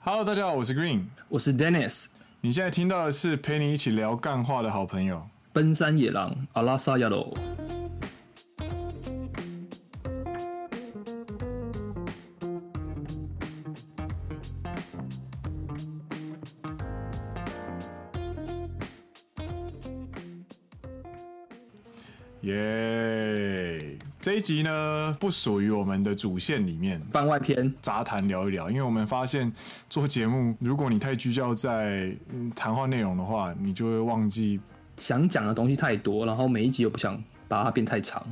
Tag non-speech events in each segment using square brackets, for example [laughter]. Hello，大家好，我是 Green。我是 Dennis，你现在听到的是陪你一起聊干话的好朋友。奔山野狼阿拉萨亚罗。耶、这一集呢不属于我们的主线里面，番外篇，杂谈聊一聊，因为我们发现做节目，如果你太聚焦在嗯谈话内容的话，你就会忘记，想讲的东西太多，然后每一集又不想把它变太长，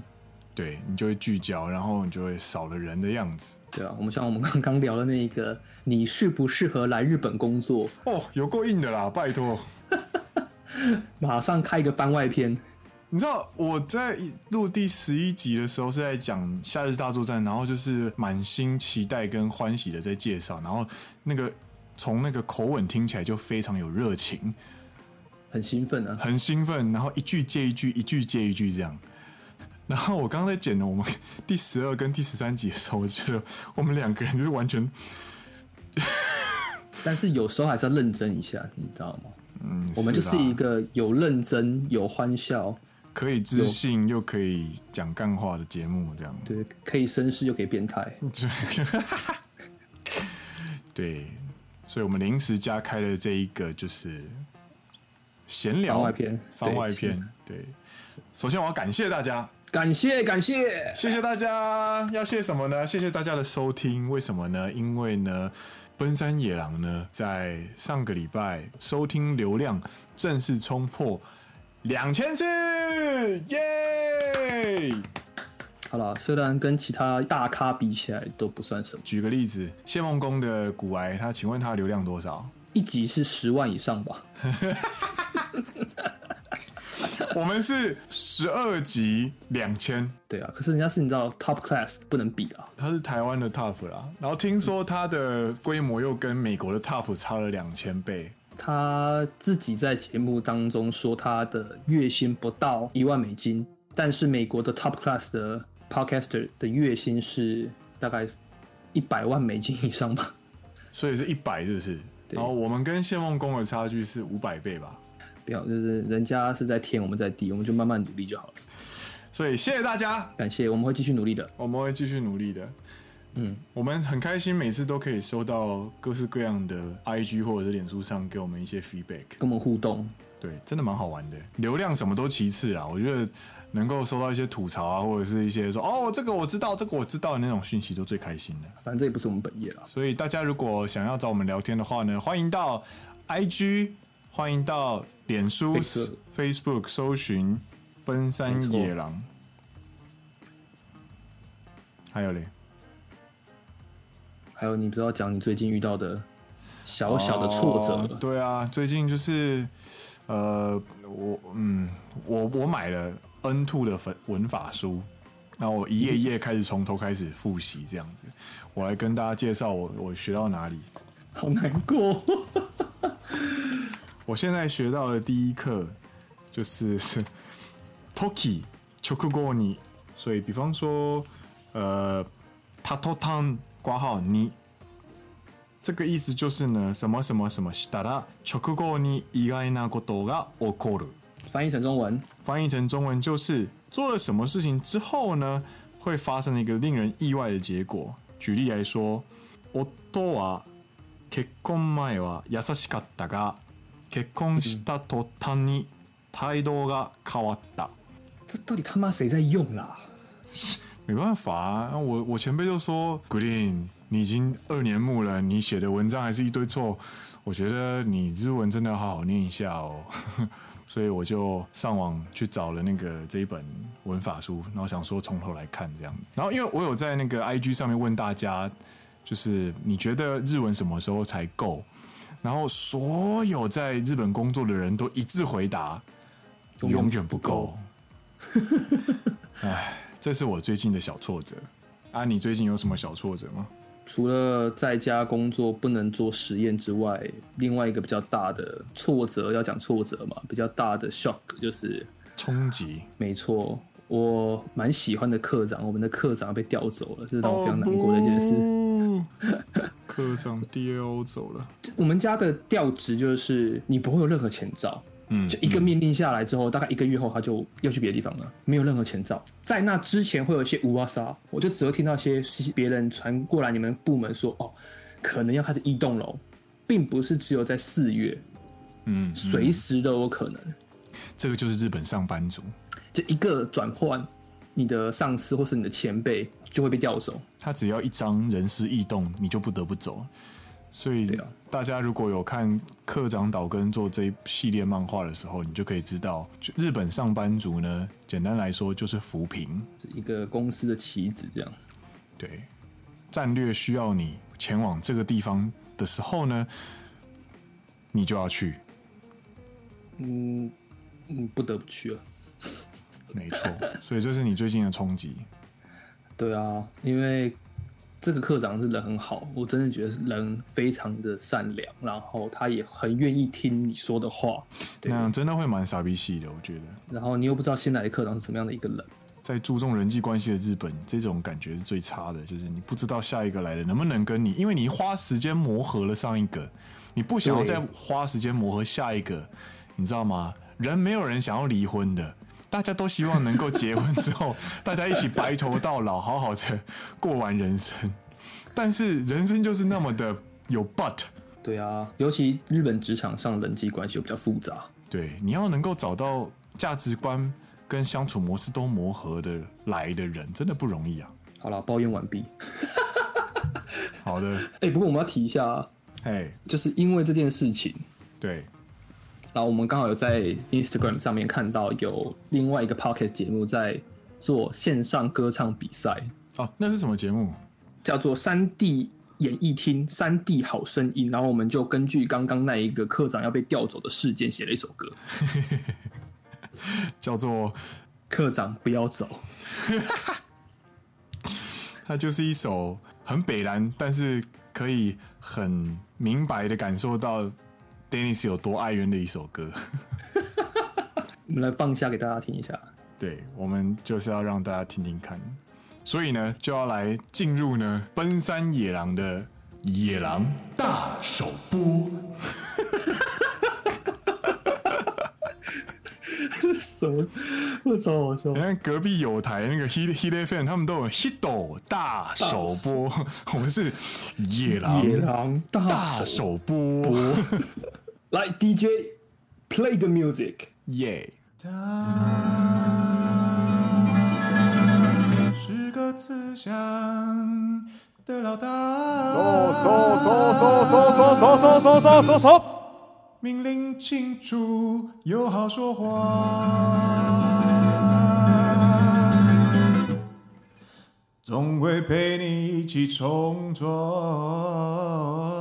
对你就会聚焦，然后你就会少了人的样子。对啊，我们像我们刚刚聊的那一个，你适不适合来日本工作？哦，有够硬的啦，拜托。马上开一个番外篇，你知道我在录第十一集的时候是在讲《夏日大作战》，然后就是满心期待跟欢喜的在介绍，然后那个从那个口吻听起来就非常有热情，很兴奋啊！很兴奋，然后一句接一句，一句接一句这样。然后我刚刚在剪了我们第十二跟第十三集的时候，我觉得我们两个人就是完全但是有时候还是要认真一下，你知道吗？嗯，我们就是一啦个有认真、有欢笑，可以自信又可以讲干话的节目，这样。对，可以绅士又可以变态。 [laughs] 对，所以我们临时加开了这一个就是闲聊番外篇番对外篇。对，首先我要感谢大家，感谢感谢，谢谢大家，要谢什么呢？谢谢大家的收听。为什么呢？因为呢，奔山野狼呢，在上个礼拜收听流量正式冲破两千次，耶！好了，虽然跟其他大咖比起来都不算什么，举个例子，谢梦工的古癌，他请问他的流量多少？一集是十万以上吧？我们是十二集两千，对啊，可是人家是你知道 top class 不能比啊，他是台湾的 TOP 啦。然后听说他的规模又跟美国的 TOP 差了两千倍，他自己在节目当中说他的月薪不到一万美金，但是美国的 top class 的 podcaster 的月薪是大概一百万美金以上吧？ [laughs] 所以是一百，是不是？对然后我们跟谢梦工的差距是五百倍吧。不要，就是人家是在天，我们在地，我们就慢慢努力就好了。所以谢谢大家，感谢，我们会继续努力的。我们会继续努力的。嗯，我们很开心，每次都可以收到各式各样的 IG 或者是脸书上给我们一些 feedback。跟我们互动，对，真的蛮好玩的。流量什么都其次啊，我觉得能够收到一些吐槽啊，或者是一些说哦这个我知道，这个我知道的那种讯息，都最开心的。反正这也不是我们本业啦。所以大家如果想要找我们聊天的话呢，欢迎到 IG，欢迎到脸书、 Facebook Facebook 搜寻“奔山野狼”。还有嘞，还有，你不知道讲你最近遇到的小小的挫折哦对啊，最近就是呃，我嗯，我我买了 N Two 的文文法书，然后我一页一页开始从头开始复习，这样子。我来跟大家介绍我我学到哪里。好难过。 [laughs] 我现在学到的第一课就是 [laughs] toki chokugo ni，所以比方说呃 tato tan 挂号你。这个意思就是呢，什么什么什么したら直後に意外なことが起こる。翻译成中文，翻译成中文就是做了什么事情之后呢，会发生一个令人意外的结果。举例来说，夫は結婚前は優しかったが、結婚した途端に態度が変わった。这到底他妈谁在用啦？没办法、啊，我我前辈就说，Green，你已经二年目了，你写的文章还是一堆错，我觉得你日文真的要好好念一下哦。 [laughs] 所以我就上网去找了那个这一本文法书，然后想说从头来看这样子。然后因为我有在那个 IG 上面问大家，就是你觉得日文什么时候才够？然后所有在日本工作的人都一致回答，永远不够。 [laughs] 唉，这是我最近的小挫折。啊，你最近有什么小挫折吗？除了在家工作不能做实验之外，另外一个比较大的挫折，要讲挫折嘛，比较大的 shock 就是，冲击没错，我蛮哦喜欢的课长，我们的课长被调走了，这是让我非常难过的一件事。事。科长 DAO 走了，我们家的调职就是你不会有任何前兆，嗯就一个命令下来之后，大概一个月后他就要去别的地方了，没有任何前兆。在那之前会有一些乌哇沙，我就只会听到一些别人传过来你们部门说哦，可能要开始异动楼，并不是只有在四月，嗯，嗯随时都有可能。这个就是日本上班族，就一个转换，你的上司或是你的前辈就会被调走。他只要一张人事异动，你就不得不走。所以对啊大家如果有看课长岛根做这一系列漫画的时候，你就可以知道，就日本上班族呢，简单来说就是扶贫，是一个公司的棋子这样。对，战略需要你前往这个地方的时候呢，你就要去，嗯嗯，不得不去了。没 [laughs] 错。所以这是你最近的冲击。对啊，因为这个科长是人很好，我真的觉得是人非常的善良，然后他也很愿意听你说的话。对，那真的会蛮傻逼系的，我觉得，然后你又不知道新来的科长是怎么样的一个人。在注重人际关系的日本，这种感觉是最差的，就是你不知道下一个来的能不能跟你，因为你花时间磨合了上一个，你不想要对再花时间磨合下一个，你知道吗？人没有人想要离婚的。大家都希望能够结婚之后，大家一起白头到老，好好的过完人生。但是人生就是那么的有 but，对啊，尤其日本职场上人际关系又比较复杂。对，你要能够找到价值观跟相处模式都磨合的来的人，真的不容易啊。好了，抱怨完毕。好的，哎、不过我们要提一下，哎，就是因为这件事情，对，然后我们刚好有在 Instagram 上面看到有另外一个 Pocket 节目在做线上歌唱比赛，哦，那是什么节目？叫做三 D 演艺厅三 D 好声音。然后我们就根据刚刚那一个科长要被调走的事件写了一首歌，叫做科长不要走。它就是一首很北蓝，但是可以很明白的感受到 Dennis 有多爱冤的一首歌。 [laughs] 我们来放下给大家听一下。对，我们就是要让大家听听看。所以呢，就要来进入呢奔山野狼的野狼大首播。什么？我超好笑你。看隔壁有台那个 Hit Hit FM，他们都有 Hito 大首播， [laughs] 我们是野狼野狼大大首手， [laughs] 播。来 DJ play the music。耶！是个慈祥的老大，命令清楚又好说话，总会陪你一起冲撞。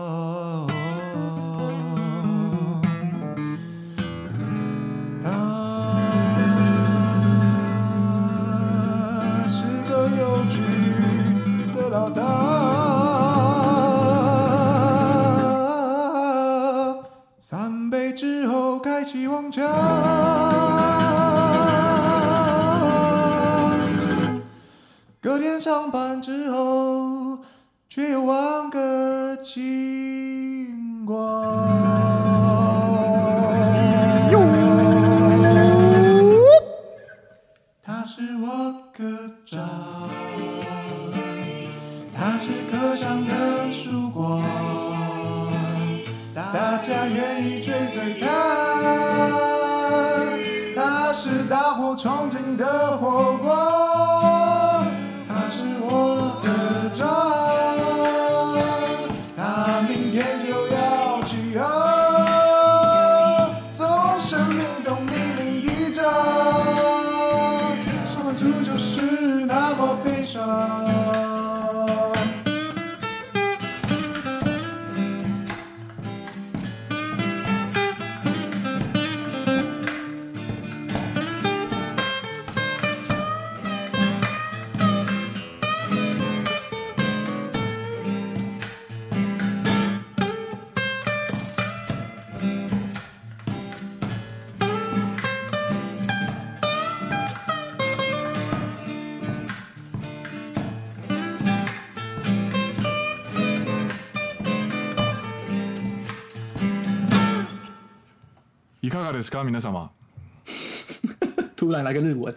他是个有趣的老大，三杯之后开启王墙。隔天上班之后，却又忘个清光。他是我科长，他是科上的曙光，大家愿意追随他。他是大火冲进的火光，他是我科长，他明天就要去啊，总是你懂命令一张。上主就是那么悲伤。いかがですか，皆様？突然来个日文，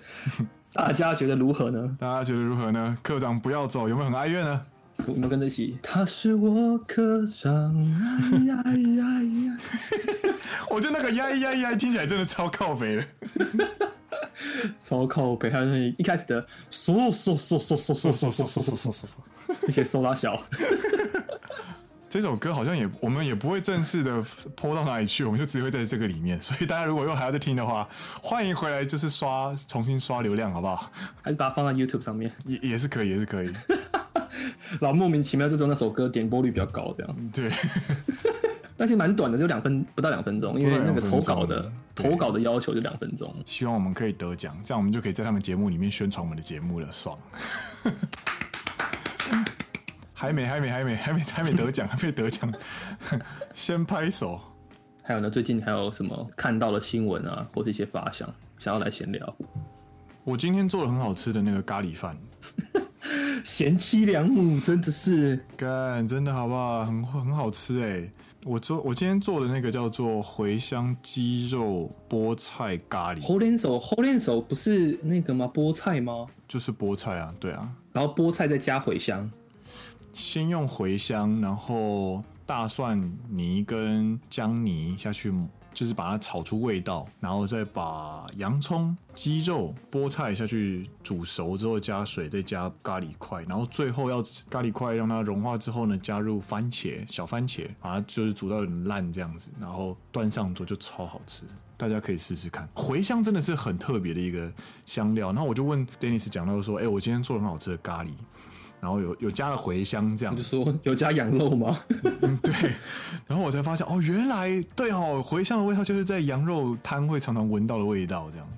大家觉得如何呢？大家觉得如何呢？科长不要走，有没有很哀怨呢？我们跟着一起，他是我科长，哎呀哎呀哎呀！我觉得那个呀呀呀听起来真的超靠北的。超靠北，他那一开始的嗖嗖嗖嗖嗖嗖嗖嗖嗖嗖嗖，那些嗖拉小， [laughs] 这首歌好像也我们也不会正式的播到哪里去，我们就只会在这个里面。所以大家如果又还要再听的话，欢迎回来，就是刷重新刷流量，好不好？还是把它放在 YouTube 上面，也也是可以，也是可以。 [laughs] 然后莫名其妙就中那首歌点播率比较高，这样，对，但是蛮短的，就两分不到两分钟，因为那不到个两投分钟稿的对投稿的要求就两分钟，希望我们可以得奖，这样我们就可以在他们节目里面宣传我们的节目了，爽！ [laughs] 还没，还没，还没，还没，还没得奖，还没得奖， [laughs] 先拍手。还有呢，最近还有什么看到的新闻啊，或者一些发想，想要来闲聊，我今天做了很好吃的那个咖喱饭，贤妻良母真的是干，真的好不好？很很好吃哎、我做我今天做的那个叫做茴香鸡肉菠菜咖喱，猴脸手，猴脸手不是那个吗？菠菜吗？就是菠菜啊，对啊，然后菠菜再加茴香，先用茴香，然后大蒜泥跟姜泥下去，就是把它炒出味道，然后再把洋葱、鸡肉、菠菜下去煮熟之后，加水，再加咖喱块，然后最后要咖喱块让它融化之后呢，加入番茄、小番茄，把它就是煮到有点烂这样子，然后端上桌就超好吃。大家可以试试看，茴香真的是很特别的一个香料。然后我就问 Dennis 讲到说，哎、我今天做了很好吃的咖喱，然后有有加了茴香这样就，说有加羊肉吗？ [laughs] 嗯，对。然后我才发现，哦，原来对哦，茴香的味道就是在羊肉摊会常常闻到的味道，这样。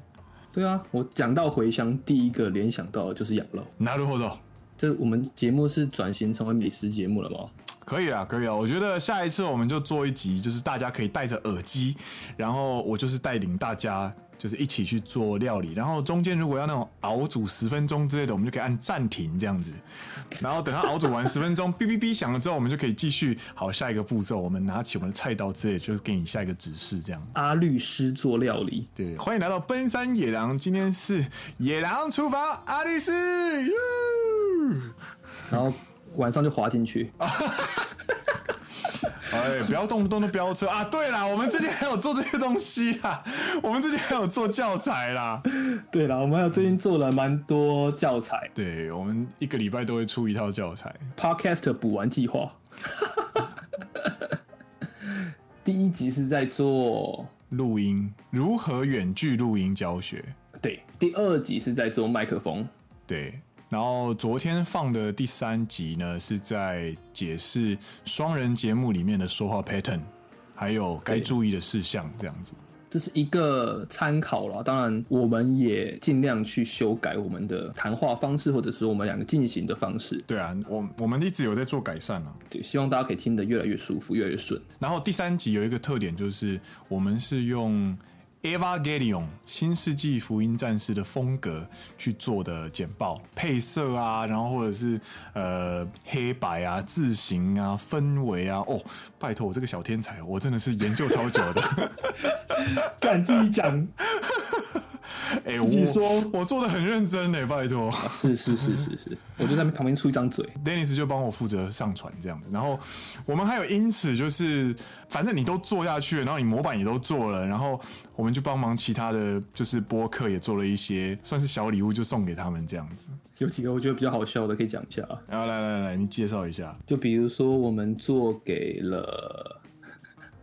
对啊，我讲到茴香，第一个联想到的就是羊肉。拿るほど，这我们节目是转型成为美食节目了吗？可以啦，啊可以啦。我觉得下一次我们就做一集，就是大家可以戴着耳机，然后我就是带领大家。就是一起去做料理，然后中间如果要那种熬煮十分钟之类的，我们就可以按暂停这样子，然后等它熬煮完十分钟， [laughs] 哔哔哔响了之后，我们就可以继续好下一个步骤。我们拿起我们的菜刀之类，就是给你下一个指示这样。阿律师做料理，对，欢迎来到奔山野狼，今天是野狼厨房阿律师。哟然后晚上就滑进去。哎，不要动不动都飙车啊！对啦，我们之前还有做这些东西啦， [laughs] 我们之前还有做教材啦。对了，我们还有最近做了蛮多教材对，我们一个礼拜都会出一套教材。 ，Podcast 补完计划。 [laughs] 第一集是在做，录音如何远距录音教学？对，第二集是在做麦克风，对，然后昨天放的第三集呢，是在解释双人节目里面的说话 pattern，还有该对注意的事项，这样子。这是一个参考了。当然，我们也尽量去修改我们的谈话方式，或者是我们两个进行的方式。对啊，我我们一直有在做改善啊。对，希望大家可以听得越来越舒服，越来越顺。然后第三集有一个特点就是，我们是用《Evangelion》新世纪福音战士的风格去做的简报，配色啊，然后或者是呃黑白啊、字形啊、氛围啊。哦，拜托我这个小天才，我真的是研究超久 [laughs] 的。敢自己讲，哎、自己我说我做的很认真呢、拜托。啊是是是是是，我就在旁边出一张嘴。 Dennis 就帮我负责上传这样子，然后我们还有因此就是，反正你都做下去了，然后你模板也都做了，然后我们就帮忙其他的就是播客也做了一些算是小礼物，就送给他们这样子。有几个我觉得比较好笑的，可以讲一下啊。然后来来来，你介绍一下，就比如说，我们做给了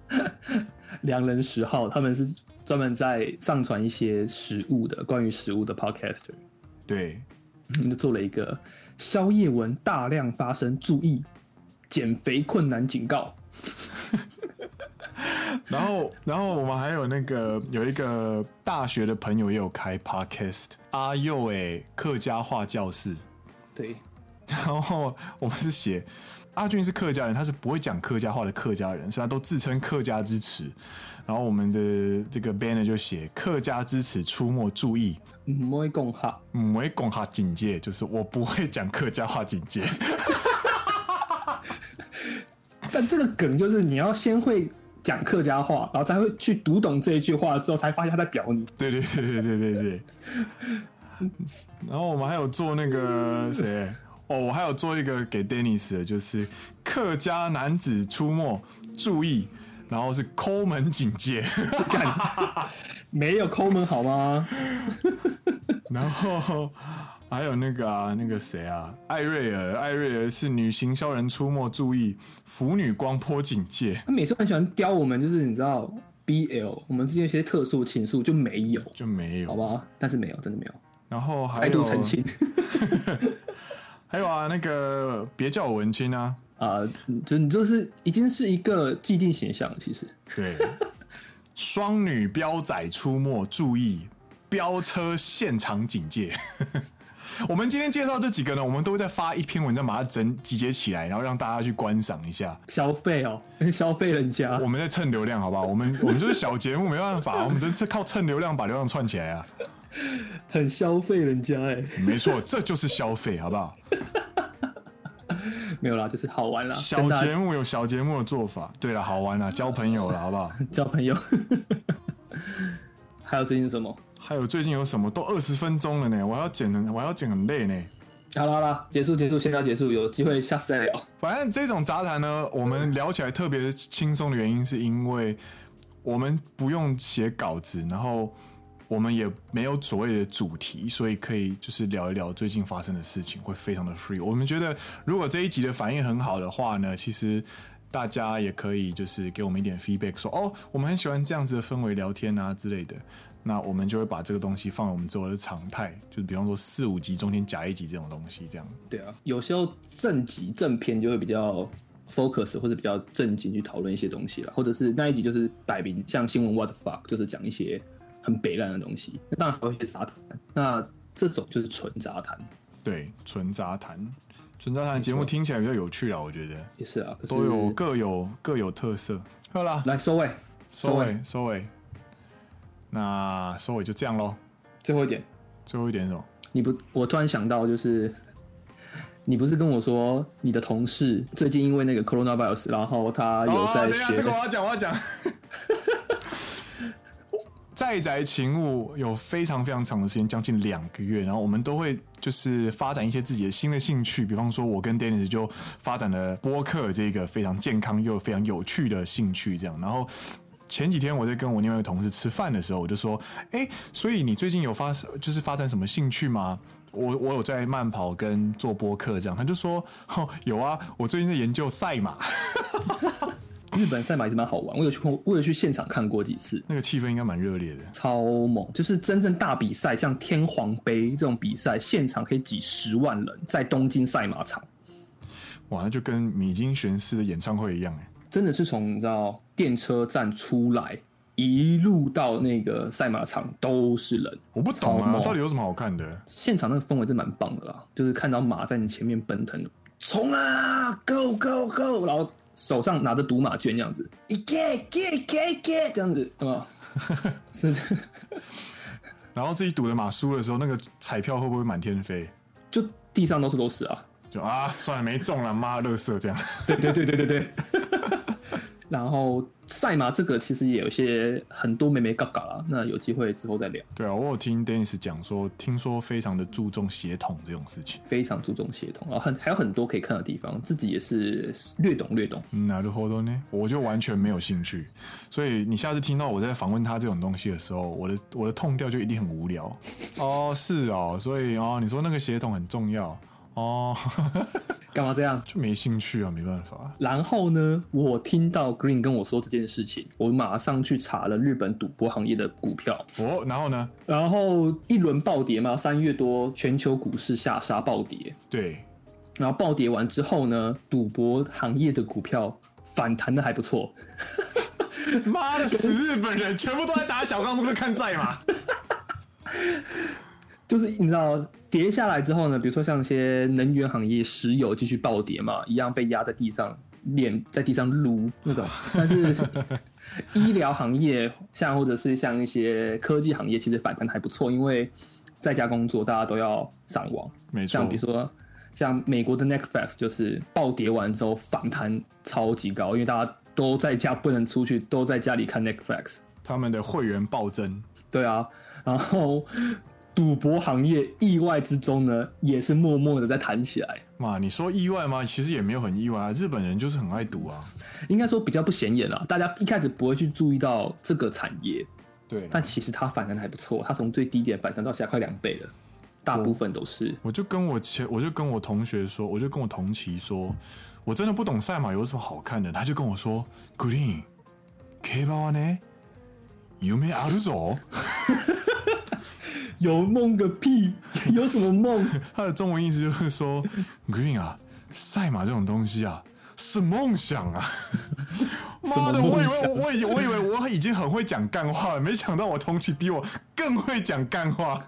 [laughs] 良人十号，他们是专门在上传一些食物的，关于食物的 podcaster，对，我们就做了一个宵夜文大量发生，注意减肥困难警告。然后然后我们还有那个有一个大学的朋友也有开 podcast，阿佑诶客家话教室，对，然后我们是写阿俊是客家人，他是不会讲客家话的客家人，所以他都自称客家之耻。然后我们的这个 banner 就写客家之耻出没，注意，不嗯会共哈，唔会讲哈警戒，就是我不会讲客家话警戒。 [laughs] 但这个梗就是你要先会讲客家话，然后才会去读懂这一句话之后，才发现他在表你。 [laughs] 对对对对对对对。然后我们还有做那个谁哦，我还有做一个给 Dennis 的，就是客家男子出没，注意，然后是抠门警戒。没有抠门好吗？然后还有那个啊，那个谁啊，艾瑞尔，艾瑞尔是女行销人出没，注意腐女光波警戒，他每次很喜欢刁我们，就是你知道 BL，我们之间一些特殊情愫就没有，就没好有。不好？但是没有，真的没有，然后还再度有澄清。还有啊，那个别叫我文青啊， [laughs] 啊、就你这是已经是一个既定形象了，其实 [laughs] 对，双女标仔出没，注意飙车现场警戒。 [laughs] 我们今天介绍这几个呢，我们都会再发一篇文章，把它整集结起来，然后让大家去观赏一下。消费哦， [laughs] 消费人家 [laughs] 我们在蹭流量，好不好？我们我们就是小节目，没办法， [laughs] 我们真是靠蹭流量把流量串起来啊。很消费人家哎，没错，这就是消费，好不好？没有啦，就是好玩啦，小跟大节家目有小节目的做法。对了，好玩啦，交朋友了，好不好？ [laughs] 交朋友。还有最近什么？还有最近有什么？都二十分钟了呢，我要剪很，我要剪很累呢。好啦好啦，结束结束，先到结束，有机会下次再聊。反正这种杂谈呢，我们聊起来特别轻松的原因，是因为我们不用写稿子，然后我们也没有所谓的主题，所以可以就是聊一聊最近发生的事情，会非常的 free。我们觉得如果这一集的反应很好的话呢，其实。大家也可以就是给我们一点 feedback，说哦，我们很喜欢这样子的氛围聊天啊之类的，那我们就会把这个东西放在我们之后的常态，就是比方说四五集中间夹一集这种东西，这样。对啊，有时候正集正片就会比较 focus 或者比较正经去讨论一些东西啦，或者是那一集就是摆明像新闻 what the fuck，就是讲一些很北烂的东西。那当然还有一些杂谈，那这种就是纯杂谈，对，纯杂谈，纯杂谈节目听起来比较有趣啦，我觉得也是啊，可是都有各有各有特色。好啦，来收尾，收尾收尾，那收尾就这样喽。最后一点，最后一点是什么？你不，我突然想到就是。你不是跟我说你的同事最近因为那个 coronavirus，然后他有哦，在等一下，学这个我要讲，我要讲。 [laughs] 在宅勤务有非常非常长的时间，将近两个月，然后我们都会就是发展一些自己的新的兴趣，比方说，我跟 Dennis 就发展了播客这个非常健康又非常有趣的兴趣，这样。然后前几天我在跟我另外一个同事吃饭的时候，我就说，哎、所以你最近有发就是发展什么兴趣吗？我我有在慢跑跟做播客这样，他就说，哦，有啊，我最近在研究赛马。日本赛马也是蛮好玩，我有去看，我有去现场看过几次，那个气氛应该蛮热烈的。超猛！就是真正大比赛，像天皇杯这种比赛，现场可以几十万人在东京赛马场，哇，那就跟米津玄师的演唱会一样哎。真的是从你知道电车站出来，一路到那个赛马场都是人。我不懂超啊，猛到底有什么好看的？现场那个氛围真蛮棒的啦，就是看到马在你前面奔腾，冲啊，go go go，然后手上拿着赌马券这样子，get get get get 这样子，啊， [laughs] 是的。然后自己赌的马输的时候，那个彩票会不会满天飞？就地上到处都是啊。就啊，算了，没中了，妈，乐色这样。 [laughs] 对对对对对 [laughs] 对。然后赛马这个其实也有一些很多美眉嘎嘎啦，那有机会之后再聊，对啊，我有听 Dennis 讲说，听说非常的注重血统这种事情。非常注重协同，然后很还有很多可以看的地方，自己也是略懂略懂。嗯，なるほど呢，我就完全没有兴趣。所以你下次听到我在访问他这种东西的时候，我的我的痛调就一定很无聊。哦，是哦，所以哦，你说那个血统很重要哦， [laughs] 干嘛这样？就没兴趣啊，没办法。然后呢，我听到 Green 跟我说这件事情，我马上去查了日本赌博行业的股票，哦，然后呢？然后一轮暴跌嘛，三月多全球股市下杀暴跌，对，然后暴跌完之后呢，赌博行业的股票反弹的还不错，妈的，死日本人全部都在打小钢珠在看赛马。就是你知道跌下来之后呢，比如说像一些能源行业，石油继续暴跌嘛，一样被压在地上，脸在地上撸 [laughs] 那种。但是医疗行业，像或者是像一些科技行业，其实反弹得还不错，因为在家工作，大家都要上网。 [laughs] 没错像比如说，像美国的 Netflix 就是暴跌完之后反弹超级高，因为大家都在家不能出去，都在家里看 Netflix。他们的会员暴增，对啊，然后赌博行业意外之中呢，也是默默的在弹起来。嘛，你说意外吗？其实也没有很意外啊，日本人就是很爱赌啊。应该说比较不显眼啊，大家一开始不会去注意到这个产业，对啦，但其实它反弹得还不错，它从最低点反弹到现在快两倍了，大部分都是。我就跟我前，我就跟我同学说，我就跟我同期说，我真的不懂赛马有什么好看的。他就跟我说，Green，競馬はね、夢あるぞ。有梦个屁， [laughs] 有什么梦？他的中文意思就是说，Green 啊，赛马这种东西啊，是梦想 [laughs] 啊。妈的，什么我以梦想为我以我以为我已经很会讲干话了，没想到我同期比我更会讲干话。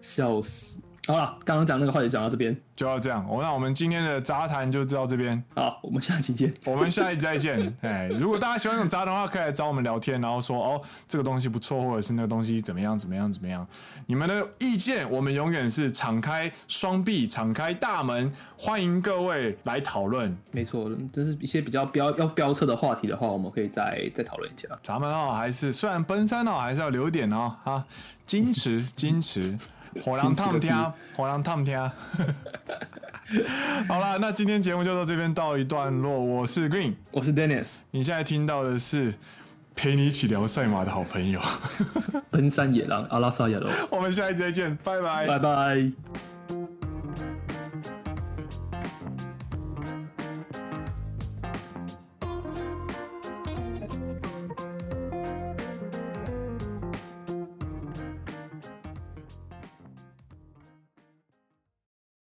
笑死！好了，刚刚讲那个话题讲到这边，就要这样，我、那我们今天的杂谈就到这边。好，我们下期见。我们下一集再见。 [laughs] 哎，如果大家喜欢这种杂谈的话，可以来找我们聊天，然后说哦，这个东西不错，或者是那个东西怎么样，怎么样，怎么样。你们的意见，我们永远是敞开双臂，敞开大门，欢迎各位来讨论。没错，就是一些比较标要标测的话题的话，我们可以再再讨论一下。咱们哦，还是虽然奔三哦，还是要留点哦，啊，矜 [laughs] 持，矜持，火狼烫矜持天个，火狼烫天。 [laughs] 好啦，那今天节目就到这边到一段落。我是 Green，我是 Dennis，你现在听到的是陪你一起聊赛马的好朋友。 [laughs] 奔山野狼阿拉萨野狼，我们下一集再见，拜拜。拜拜。